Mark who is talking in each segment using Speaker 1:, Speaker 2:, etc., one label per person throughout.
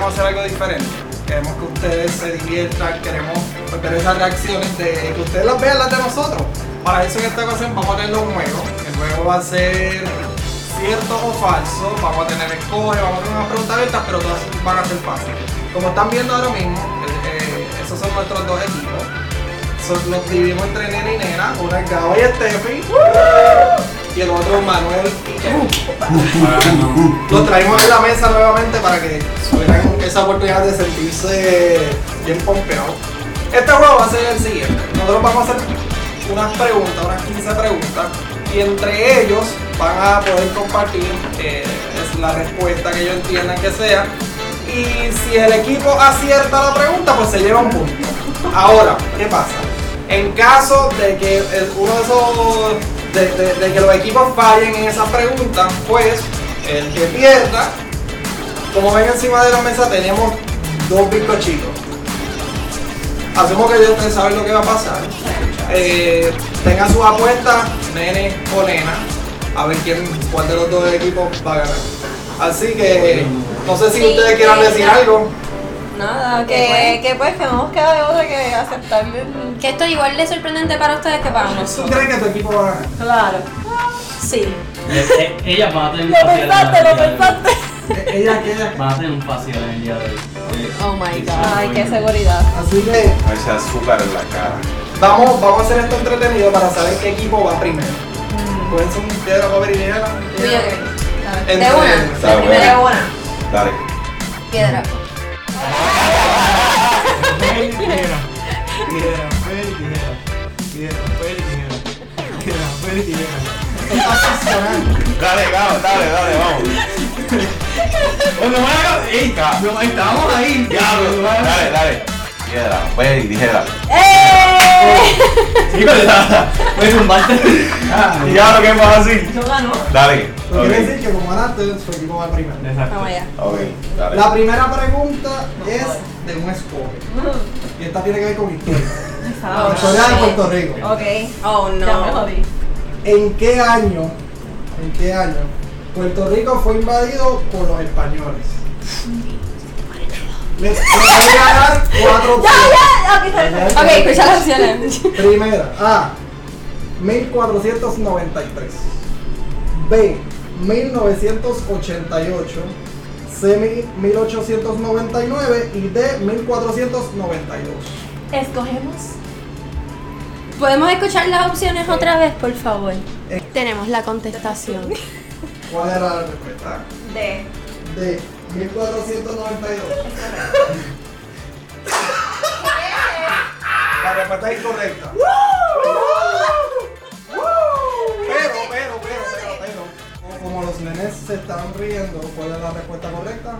Speaker 1: Este, algo diferente. Queremos que ustedes se diviertan, queremos pues, ver esas reacciones de que ustedes las vean las de nosotros. Para eso en esta ocasión vamos a tener un juego. El juego va a ser cierto o falso. Vamos a tener escoge, vamos a tener unas preguntas abiertas, pero todas van a ser fáciles. Como están viendo ahora mismo, eh, eh, esos son nuestros dos equipos. Son- nos dividimos entre nena y nena, una es Gabo y Estefi. Y el otro es Manuel y Kevin. Los traímos en la mesa nuevamente para que tuvieran esa oportunidad de sentirse bien pompeados. Este juego va a ser el siguiente. Nosotros vamos a hacer unas preguntas, unas 15 preguntas, y entre ellos van a poder compartir eh, es la respuesta que ellos entiendan que sea. Y si el equipo acierta la pregunta, pues se lleva un punto. Ahora, ¿qué pasa? En caso de que el- uno de esos de, de- de que los equipos fallen en esas preguntas, pues el que pierda, como ven encima de la mesa tenemos dos bizcochitos. Hacemos que ya ustedes saben lo que va a pasar. Eh, tengan sus apuestas, nene o nena, a ver quién, cuál de los dos equipos va a ganar. Así que no sé si
Speaker 2: Sí,
Speaker 1: ustedes quieran
Speaker 2: venga.
Speaker 1: decir algo.
Speaker 2: Ah,
Speaker 3: Nada,
Speaker 2: Que-
Speaker 3: que, que pues que no nos queda de otra que aceptarle.
Speaker 2: Que esto es igual de sorprendente para ustedes que para
Speaker 1: ¿Tú
Speaker 2: nosotros.
Speaker 1: crees que tu equipo va a ganar?
Speaker 3: Claro.
Speaker 2: Sí.
Speaker 4: Eh, Ellas van a tener un
Speaker 3: Lo
Speaker 4: facial en
Speaker 3: pensaste, lo
Speaker 4: el día de hoy.
Speaker 3: pensaste.
Speaker 1: Ella, ella.
Speaker 4: Van a tener un facial en el día de hoy.
Speaker 2: Oh my God.
Speaker 3: Ay, qué seguridad.
Speaker 1: Así que
Speaker 5: No ese azúcar en la cara.
Speaker 1: Vamos, vamos a hacer esto entretenido para saber qué equipo va primero.
Speaker 3: Mm.
Speaker 1: Pueden ser un piedra, papel y tijera.
Speaker 2: Bien. De
Speaker 1: Entre-
Speaker 2: una.
Speaker 5: Está
Speaker 2: La primera de
Speaker 5: bueno.
Speaker 2: una.
Speaker 5: Dale.
Speaker 2: Piedra.
Speaker 6: Papel y tijera. Tijera, papel y tijera. Tijera, papel y tijera. Tijera, papel y tijera.
Speaker 5: Dale, Gabo, dale, dale, vamos. ¡Oh, no me hagas! ¡Ey, ca-
Speaker 6: No, estamos ahí.
Speaker 4: pues,
Speaker 5: diablo! Dale, dale. Piedra, papel y tijera.
Speaker 3: ¡Eh!
Speaker 5: ¡Y verdad!
Speaker 4: Voy a tumbarte.
Speaker 5: ¡Diablo, qué más así!
Speaker 4: Yo gano.
Speaker 5: Dale.
Speaker 1: Lo que quiere decir
Speaker 5: Ok,
Speaker 1: que como ganaste, su equipo va primero.
Speaker 4: Exacto.
Speaker 3: Oh
Speaker 2: Vamos allá.
Speaker 5: ok, dale.
Speaker 1: La primera pregunta es de un escoge.
Speaker 3: Mm.
Speaker 1: Y esta tiene que ver con historia.
Speaker 2: Oh,
Speaker 1: Historia de
Speaker 2: shit.
Speaker 1: Puerto Rico.
Speaker 3: Ok.
Speaker 2: Oh
Speaker 3: Ah, Ya me
Speaker 2: no.
Speaker 3: jodí.
Speaker 1: ¿En qué año? ¿En qué año? Puerto Rico fue invadido por los españoles. Les les voy a dar cuatro
Speaker 3: Ya,
Speaker 1: opciones.
Speaker 3: ya. Ok, está bien, está
Speaker 2: Ok,
Speaker 3: bien.
Speaker 2: escucha las opciones.
Speaker 1: Primera, A. 1493. B. 1988. C. mi- 1899. Y D. 1492.
Speaker 3: Escogemos.
Speaker 2: ¿Podemos escuchar las opciones otra vez, por favor? Tenemos la contestación.
Speaker 1: ¿Cuál era la respuesta?
Speaker 3: D.
Speaker 1: D. 1492. La respuesta es incorrecta. Pero, pero, pero, pero, pero. Como los nenes se están riendo, ¿cuál es la respuesta correcta?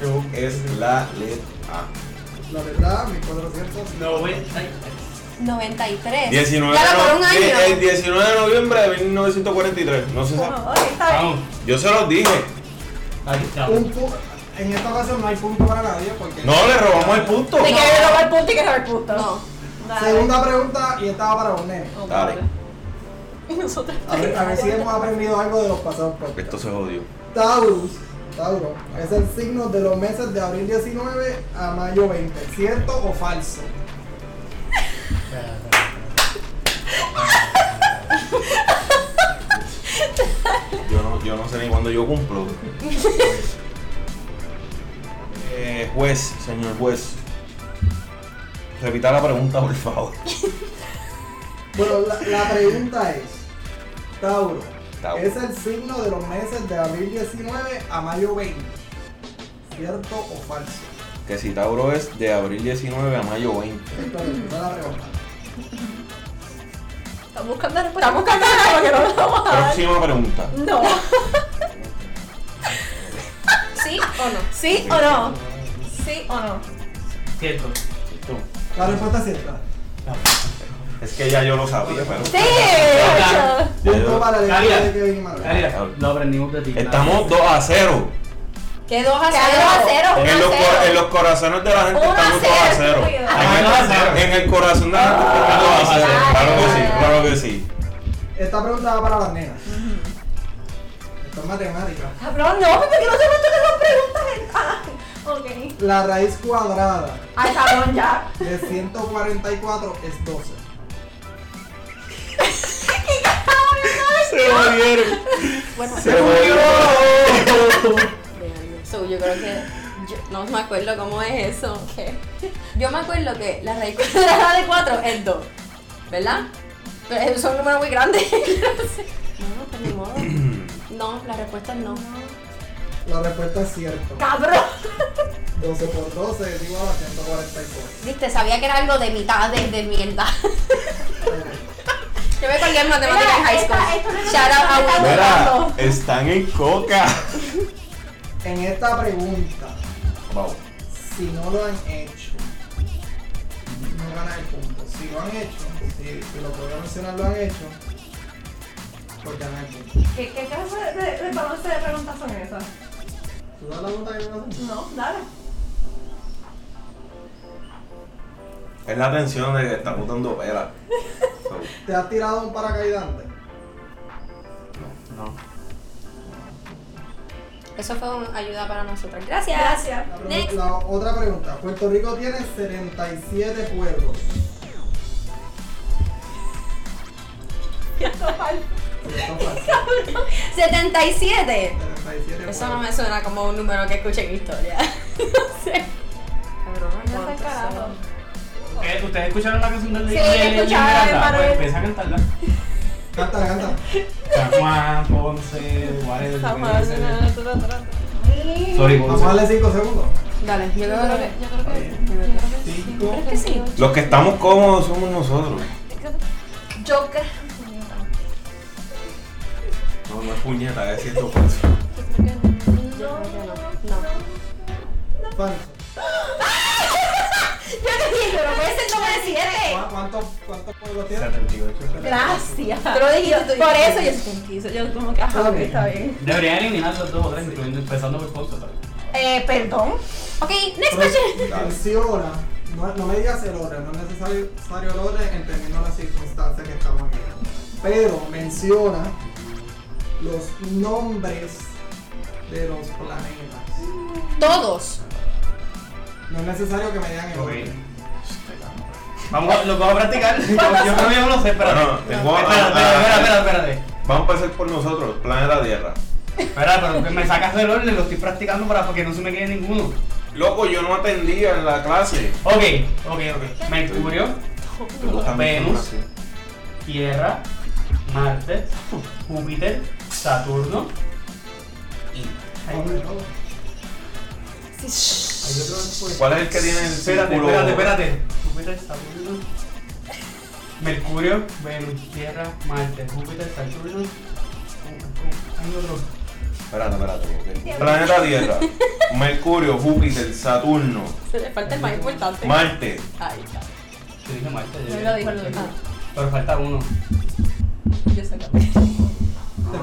Speaker 5: Tú es la letra
Speaker 1: La verdad, 1400.
Speaker 4: No, voy. Ay,
Speaker 2: 93.
Speaker 5: 19
Speaker 2: Claro, por un
Speaker 5: no-
Speaker 2: año.
Speaker 5: eh, El 19 de noviembre de 1943. No se sabe.
Speaker 3: Bueno, ok, está bien.
Speaker 4: Vamos.
Speaker 5: Yo se los dije.
Speaker 4: Ahí está.
Speaker 1: Un pu- en esta ocasión no hay punto para nadie porque.
Speaker 5: No, le robamos el punto.
Speaker 3: Te quiero robar punto y que robar punto.
Speaker 2: No.
Speaker 3: Dale.
Speaker 1: Segunda pregunta y estaba para un nene.
Speaker 3: Oh,
Speaker 5: Dale.
Speaker 3: madre. Y nosotros.
Speaker 1: A ver, a ver si hemos aprendido algo de los pasados podcasts.
Speaker 5: Esto se jodió.
Speaker 1: Taurus, Tauro, es el signo de los meses de abril 19 a mayo 20. ¿Cierto o falso?
Speaker 5: Yo no, yo no sé ni cuándo yo cumplo. Eh, juez, señor juez. Repita la pregunta, por favor.
Speaker 1: Bueno, la, la pregunta es, Tauro,
Speaker 5: Tauro.
Speaker 1: es el signo de los meses de abril 19 a mayo 20. ¿Cierto o falso?
Speaker 5: Que si Tauro es de abril 19 a mayo 20.
Speaker 1: Entonces,
Speaker 3: Mm.
Speaker 1: esa es la pregunta.
Speaker 3: Estamos buscando respuesta. Estamos buscando respuesta porque no lo vamos a dar.
Speaker 5: Próxima pregunta.
Speaker 3: No.
Speaker 2: ¿Sí o no?
Speaker 3: ¿Sí o no? ¿Sí o no?
Speaker 4: Cierto.
Speaker 5: Tú.
Speaker 1: La respuesta es cierta.
Speaker 5: Es que ya yo lo sabía, pero.
Speaker 3: ¡Sí!
Speaker 4: Claro.
Speaker 5: Ya yo-
Speaker 1: Punto para el equipo
Speaker 4: Gabriel.
Speaker 1: de Kevin y Manuel.
Speaker 4: Galera, lo aprendimos de ti.
Speaker 5: Estamos 2 a 0.
Speaker 2: ¿Qué 2 a 0?
Speaker 3: Claro, a cero.
Speaker 5: En los, cor- en los corazones de la gente
Speaker 3: Uno a
Speaker 5: estamos 2 a
Speaker 3: cero,
Speaker 5: 0.
Speaker 3: estúpido.
Speaker 4: Ah, dos a cero.
Speaker 5: En, el corazón de la gente
Speaker 4: Ah,
Speaker 5: estamos 2 a
Speaker 4: dos a
Speaker 5: 0.
Speaker 4: cero.
Speaker 5: Claro que sí, claro que sí.
Speaker 1: Esta pregunta va para las nenas. Esto es matemática.
Speaker 3: Cabrón, no, porque no sé cuánto de las preguntas Ah, ok.
Speaker 1: La raíz cuadrada
Speaker 3: Ay, cabrón, ya.
Speaker 1: de 144 es 12.
Speaker 5: Se jodieron.
Speaker 2: Bueno,
Speaker 5: Se jodieron.
Speaker 2: vean, so, yo creo que. yo no me acuerdo cómo es eso.
Speaker 3: ¿Qué?
Speaker 2: Yo me acuerdo que la raíz cuadrada de 4 es 2, ¿verdad? Pero eso es un número muy grande. no sé. No, pues ni modo. No, la respuesta es no.
Speaker 1: La respuesta es cierta.
Speaker 3: Cabrón.
Speaker 1: 12 por 12 es igual a 144.
Speaker 2: Viste, sabía que era algo de mitades de mierda. Yo me colgué en matemáticas en
Speaker 3: Mira,
Speaker 2: high school.
Speaker 3: esta- esto no es
Speaker 2: Shout out a
Speaker 3: matemáticas.
Speaker 2: Will.
Speaker 5: Mira, están en coca.
Speaker 1: En esta pregunta,
Speaker 5: Wow.
Speaker 1: si no lo han hecho, no ganan el punto. Si lo han hecho, si, si lo podía mencionar, lo han hecho, pues ganan el punto.
Speaker 3: ¿Qué, qué clase de, de balance de preguntas son esas?
Speaker 1: ¿Tú das la nota que me vas a hacer?
Speaker 3: No, dale.
Speaker 5: Es la atención de que está botando pera. So,
Speaker 1: ¿Te has tirado un paracaídas antes?
Speaker 5: no.
Speaker 2: Eso fue una ayuda para nosotros. Gracias.
Speaker 3: Gracias.
Speaker 1: La, pre-
Speaker 2: Next.
Speaker 1: la otra pregunta. Puerto Rico tiene 77 pueblos.
Speaker 3: Esto es mal.
Speaker 1: Esto es fácil.
Speaker 2: 77.
Speaker 1: 77
Speaker 2: Eso no
Speaker 1: pueblos.
Speaker 2: me suena como un número que escuché en historia. no sé. Cabrón,
Speaker 3: Ya está el carajo.
Speaker 4: ¿Ustedes Eh, ustedes escucharon la canción del
Speaker 3: Sí,
Speaker 4: de- de- de
Speaker 3: escucharon,
Speaker 4: Miranda?
Speaker 3: Manuel.
Speaker 4: Pues empieza a cantarla.
Speaker 1: Cántala, cántala.
Speaker 4: San Juan, Ponce, Juárez, Venezuela. Sorry,
Speaker 1: Vamos a
Speaker 4: Ponce.
Speaker 1: darle 5 segundos.
Speaker 2: Dale, yo
Speaker 3: Yo
Speaker 2: creo
Speaker 3: creo
Speaker 2: que.
Speaker 3: que- yo creo que- yo creo que sí.
Speaker 1: Cinco.
Speaker 3: Yo creo que sí.
Speaker 5: Los que estamos cómodos somos nosotros.
Speaker 3: Yo creo.
Speaker 5: No, no es puñeta, es cierto pues. falso.
Speaker 2: Yo creo que no. No.
Speaker 1: Falso.
Speaker 3: Yo te dije, pero puede ser 97.
Speaker 1: ¿Cu- ¿Cuántos cuántos pueblos tiene?
Speaker 4: 78.
Speaker 3: Gracias.
Speaker 2: Tú lo dijiste, tú
Speaker 3: Por
Speaker 2: dijiste.
Speaker 3: eso yo sí quiso. Yo como que, ajá,
Speaker 1: Está
Speaker 3: Ah, ok,
Speaker 1: bien.
Speaker 3: está bien.
Speaker 4: Deberían eliminar los dos o tres, incluyendo- empezando por Ponce. ¿sabes?
Speaker 3: Eh, perdón.
Speaker 2: Ok, next question.
Speaker 1: Menciona, no, no me digas el orden, no es necesario, necesario el orden entendiendo las circunstancias que estamos aquí. Pero menciona los nombres de los planetas.
Speaker 2: Todos.
Speaker 1: No es necesario que me digan el
Speaker 4: Ok.
Speaker 1: orden.
Speaker 4: Vamos, lo vamos a practicar. Yo creo que yo lo sé, espérate.
Speaker 5: Bueno, tengo-
Speaker 4: espérate, espérate, espérate, espérate.
Speaker 5: Vamos a empezar por nosotros, planeta Tierra.
Speaker 4: Espera, pero que me sacas del orden, lo estoy practicando para que no se me quede ninguno.
Speaker 5: Loco, yo no atendía en la clase.
Speaker 4: Ok, ok, ok. Mercurio,
Speaker 5: Me gustan
Speaker 4: Venus.
Speaker 5: mucho más, sí.
Speaker 4: Tierra, Marte, Júpiter, Saturno y.
Speaker 1: Hombre, no.
Speaker 5: ¿Cuál es el que tiene el
Speaker 4: Espérate,
Speaker 5: círculo?
Speaker 4: espérate, espérate. Júpiter, Saturno. Mercurio, Venus, Tierra, Marte, Júpiter, Saturno. Hay otro.
Speaker 5: Espérate, espérate. ok. Planeta Tierra, Mercurio, Júpiter, Saturno,
Speaker 2: Se le falta el más importante.
Speaker 5: Marte.
Speaker 2: Ahí está.
Speaker 4: Te dije Marte.
Speaker 3: Yo
Speaker 4: ya.
Speaker 3: lo dije, lo dije.
Speaker 4: Pero falta uno.
Speaker 2: Yo sé que-
Speaker 1: Te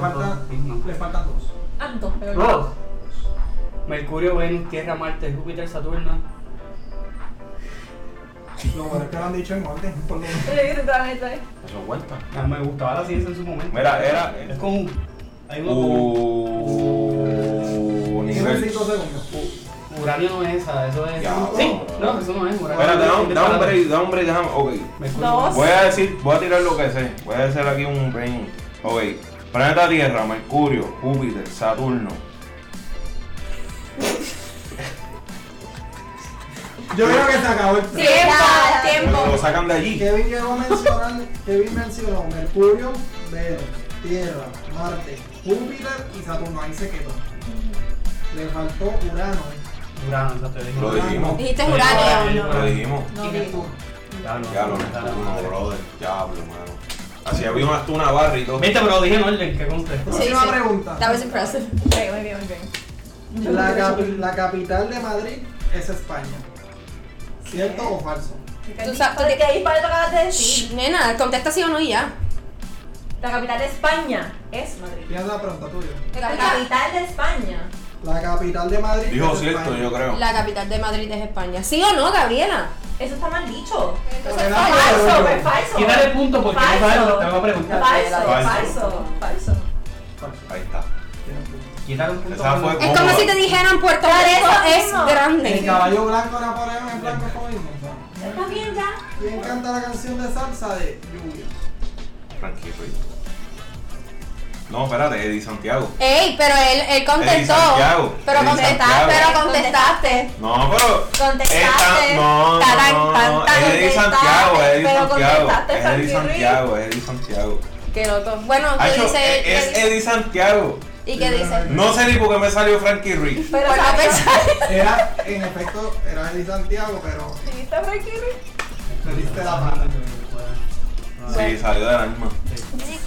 Speaker 1: falta,
Speaker 4: No.
Speaker 1: le faltan dos.
Speaker 3: Ah, dos, pero
Speaker 4: Dos. Mercurio, Venus, Tierra, Marte, Júpiter, Saturno.
Speaker 1: Lo bueno es que lo han dicho en orden, por lo menos.
Speaker 5: Eso cuenta.
Speaker 4: Ah, me gustaba la ciencia en su momento.
Speaker 5: Mira, era.
Speaker 4: Es como un- Hay uno
Speaker 5: Uh,
Speaker 1: Tienes
Speaker 5: nivel.
Speaker 1: cinco segundos.
Speaker 4: como- Uranio no es esa, eso es.
Speaker 5: Ya,
Speaker 4: sí,
Speaker 5: vamos,
Speaker 4: no,
Speaker 5: vamos.
Speaker 4: eso no es uranio.
Speaker 5: Espérate, da un, da un break, da un break, déjame. Ok.
Speaker 4: Mercurio.
Speaker 3: Dos.
Speaker 5: Voy a decir, voy a tirar lo que sé. Voy a hacer aquí un brain. Ok. Planeta Tierra, Mercurio, Júpiter, Saturno.
Speaker 1: Yo creo que se acabó el tiempo.
Speaker 3: Tiempo,
Speaker 5: Lo
Speaker 3: tiempo.
Speaker 5: sacan de allí.
Speaker 1: Kevin llegó a mencionar, Kevin mencionó Mercurio, Venus, Tierra, Marte, Júpiter y Saturno. Ahí se quedó. Le faltó Urano.
Speaker 4: Urano, exacto, yo dije.
Speaker 5: Lo dijimos.
Speaker 2: Dijiste
Speaker 4: Sí,
Speaker 2: uranio.
Speaker 4: uranio.
Speaker 5: Lo dijimos.
Speaker 1: Y Neptuno.
Speaker 4: Ya no,
Speaker 5: Diablo,
Speaker 4: no, no,
Speaker 5: Neptuno,
Speaker 4: no, no.
Speaker 5: brother. Diablo, mano. Así había una- hasta una barra y todo.
Speaker 4: Viste, pero dije en orden, que conste.
Speaker 1: Próxima pregunta.
Speaker 2: That was impressive.
Speaker 3: Ok, muy bien, muy bien.
Speaker 1: La, capi- la capital de Madrid es España. ¿Cierto o falso?
Speaker 2: Tú sabes- tú te-
Speaker 3: ¿Qué disparo te acabas de decir?
Speaker 2: Shh, nena, contesta sí o no y ya.
Speaker 3: La capital de España es Madrid.
Speaker 1: Piensa la pregunta tuya.
Speaker 3: La
Speaker 2: La,
Speaker 3: capital de España.
Speaker 1: La capital de Madrid
Speaker 5: Dijo
Speaker 1: es
Speaker 5: cierto,
Speaker 1: España.
Speaker 5: yo creo.
Speaker 2: capital de Madrid es España. ¿Sí o no, Gabriela?
Speaker 3: Eso está mal dicho.
Speaker 1: Pero
Speaker 2: Entonces,
Speaker 1: era
Speaker 2: falso.
Speaker 1: falso.
Speaker 3: Falso, es falso.
Speaker 4: Quítale punto porque no sabes lo que te van a preguntar.
Speaker 3: Falso,
Speaker 5: Falso.
Speaker 3: falso, falso.
Speaker 1: Falso.
Speaker 5: Ahí está.
Speaker 1: Tiene un punto.
Speaker 4: Quítale un punto.
Speaker 5: Esa
Speaker 4: por
Speaker 5: fue
Speaker 4: los-
Speaker 2: Es como si te dijeran Puerto
Speaker 3: Por eso
Speaker 2: Rico es
Speaker 3: mismo.
Speaker 1: El
Speaker 2: grande.
Speaker 1: caballo blanco era por ejemplo en blanco como mismo.
Speaker 3: Está bien ya.
Speaker 1: Y encanta la canción de salsa de lluvia.
Speaker 5: Tranquilo. No, espérate, Eddie Santiago.
Speaker 2: Ey, pero él, él
Speaker 5: Eddie
Speaker 2: contestó.
Speaker 5: Santiago.
Speaker 2: Pero
Speaker 5: Eddie
Speaker 2: contestaste,
Speaker 5: Santiago.
Speaker 2: pero contestaste.
Speaker 5: No, pero.
Speaker 3: Contestaste.
Speaker 5: Esta- no, no,
Speaker 2: Tarán,
Speaker 5: no,
Speaker 2: tan,
Speaker 5: no,
Speaker 2: tan,
Speaker 5: Es Eddie
Speaker 3: contestaste,
Speaker 5: Santiago, es Eddie
Speaker 3: pero
Speaker 5: Santiago.
Speaker 3: contestaste,
Speaker 5: Es Eddie
Speaker 3: Frankie Ruiz.
Speaker 5: Santiago, es Eddie Santiago.
Speaker 2: Qué loco. Bueno, tú
Speaker 5: Hacho,
Speaker 2: dices.
Speaker 5: es eh, es
Speaker 2: ¿qué dices?
Speaker 5: Eddie Santiago.
Speaker 2: ¿Y qué dices?
Speaker 5: No sé ni por qué me salió Frankie Ruiz.
Speaker 3: Pero
Speaker 2: Por no
Speaker 3: salió.
Speaker 2: pensar.
Speaker 1: Era, en efecto, era Eddie Santiago, pero
Speaker 3: Sí, está Frankie Ruiz.
Speaker 1: le diste la mano.
Speaker 5: Sí, salió de la misma.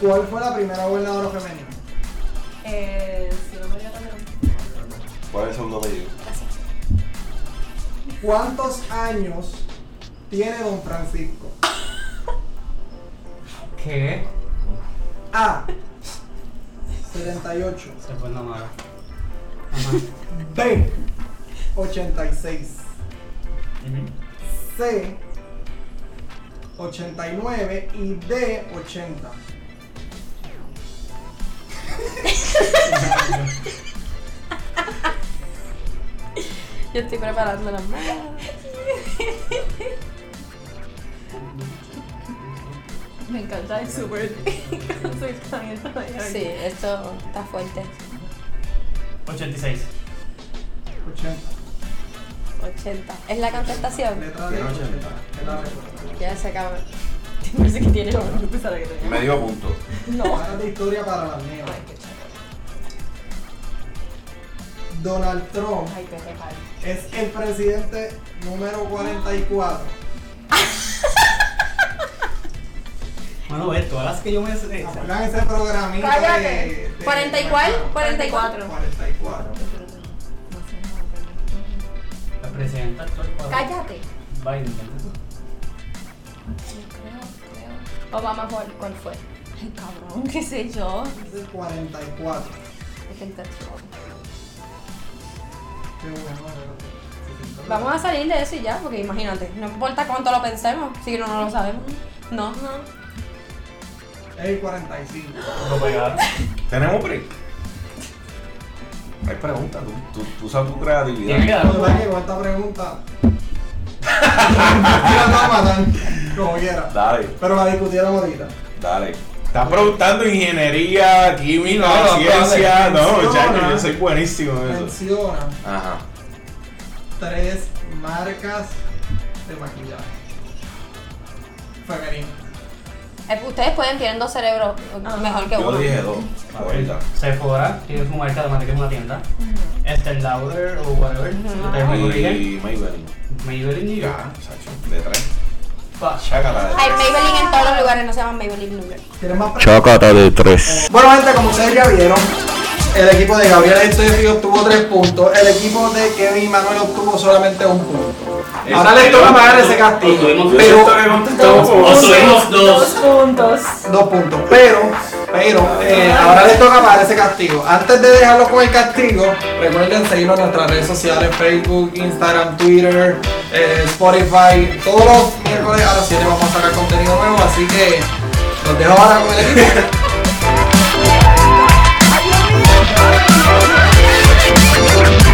Speaker 1: ¿Cuál fue la primera gobernadora femenina?
Speaker 3: Eh, si no me dio también.
Speaker 5: ¿Cuál es el segundo apellido?
Speaker 1: ¿Cuántos años tiene don Francisco?
Speaker 4: ¿Qué?
Speaker 1: A. 78.
Speaker 4: Se fue la mala.
Speaker 1: B. 86. C. 89 y D. 80.
Speaker 2: pues, Yo estoy preparando las manos.
Speaker 3: Me encanta el super. Soy tan
Speaker 2: Sí, esto está fuerte.
Speaker 4: 86.
Speaker 1: 80.
Speaker 2: 80. ¿Es la contestación?
Speaker 1: Letra D.
Speaker 5: Tiene 80.
Speaker 1: 80. Es la respuesta.
Speaker 2: Ya se acabó.
Speaker 3: Parece que tiene una empezar a gritar.
Speaker 5: Medio punto.
Speaker 1: Ahora de historia para las nenas.
Speaker 3: Ay, qué chaval.
Speaker 1: Donald Trump
Speaker 3: Ay, qué chaval.
Speaker 1: es el presidente número 44.
Speaker 4: Mano, ve, todas las que yo me. eh,
Speaker 1: Apagan ese programita
Speaker 3: Cállate.
Speaker 1: de, de-
Speaker 2: ¿Cuarenta y cuál? ¿Cuarenta y cuatro?
Speaker 1: 44.
Speaker 4: La presidenta actual. ¿cuál?
Speaker 2: Cállate.
Speaker 4: Biden. ¿verdad?
Speaker 2: Obama, ¿cuál, cuál fue? Ay, cabrón, qué sé yo.
Speaker 1: Este Es el 44.
Speaker 2: Es que está chulo.
Speaker 1: Qué bueno, ¿verdad?
Speaker 2: Vamos a salir de eso y ya, porque imagínate, no importa cuánto lo pensemos, si no, no lo sabemos. No, no.
Speaker 1: Es el 45.
Speaker 4: Lo pegaron.
Speaker 5: ¿Tenemos break? Hay preguntas, tú, tú, tú usas tu creatividad.
Speaker 4: Tiene que dar
Speaker 1: Cuando
Speaker 4: un-
Speaker 1: va llegó esta pregunta. Ya no matan, como quiera.
Speaker 5: Dale,
Speaker 1: Pero la discutiéramos ahorita.
Speaker 5: dale. Estás preguntando ingeniería, química,
Speaker 4: No, no,
Speaker 5: ciencia.
Speaker 1: no,
Speaker 5: No,
Speaker 1: no,
Speaker 5: muchachos,
Speaker 1: no.
Speaker 5: yo soy buenísimo en eso.
Speaker 1: Menciona
Speaker 5: Ajá.
Speaker 1: tres marcas de maquillaje. Femenino.
Speaker 2: Eh, Ustedes pueden tienen dos cerebros eh,
Speaker 3: Ah.
Speaker 2: mejor que
Speaker 5: Yo
Speaker 2: uno.
Speaker 5: dije dos. Ahorita.
Speaker 4: Ahorita. Sephora tiene su marca de materia, es una tienda. Esther Lauder o whatever. Este, Maybelline.
Speaker 5: Y Maybelline.
Speaker 4: Maybelline.
Speaker 5: Ya, muchacho, de tres.
Speaker 4: Pa.
Speaker 5: Chácala de
Speaker 2: Hay Maybelline en todos los lugares, no se llaman Maybelline New York.
Speaker 1: ¿Tienes más preguntas?
Speaker 7: Chácata de tres.
Speaker 1: Bueno, gente, como ustedes ya vieron, el equipo de Gabriel Eusebio obtuvo 3 puntos. El equipo de Kevin Manuel obtuvo solamente un punto. Ahora les toca pagar ese castigo.
Speaker 8: Obtuvimos dos.
Speaker 1: Pero,
Speaker 8: Os subimos dos.
Speaker 3: puntos.
Speaker 1: dos puntos. Pero, pero, eh, ahora les toca pagar ese castigo. Antes de dejarlo con el castigo, recuerden seguirnos en nuestras redes sociales: Facebook, Instagram, Twitter, eh, Spotify. Todos los miércoles a las 7 vamos a sacar contenido nuevo. Así que los dejo ahora con el equipo.
Speaker 9: Thank you.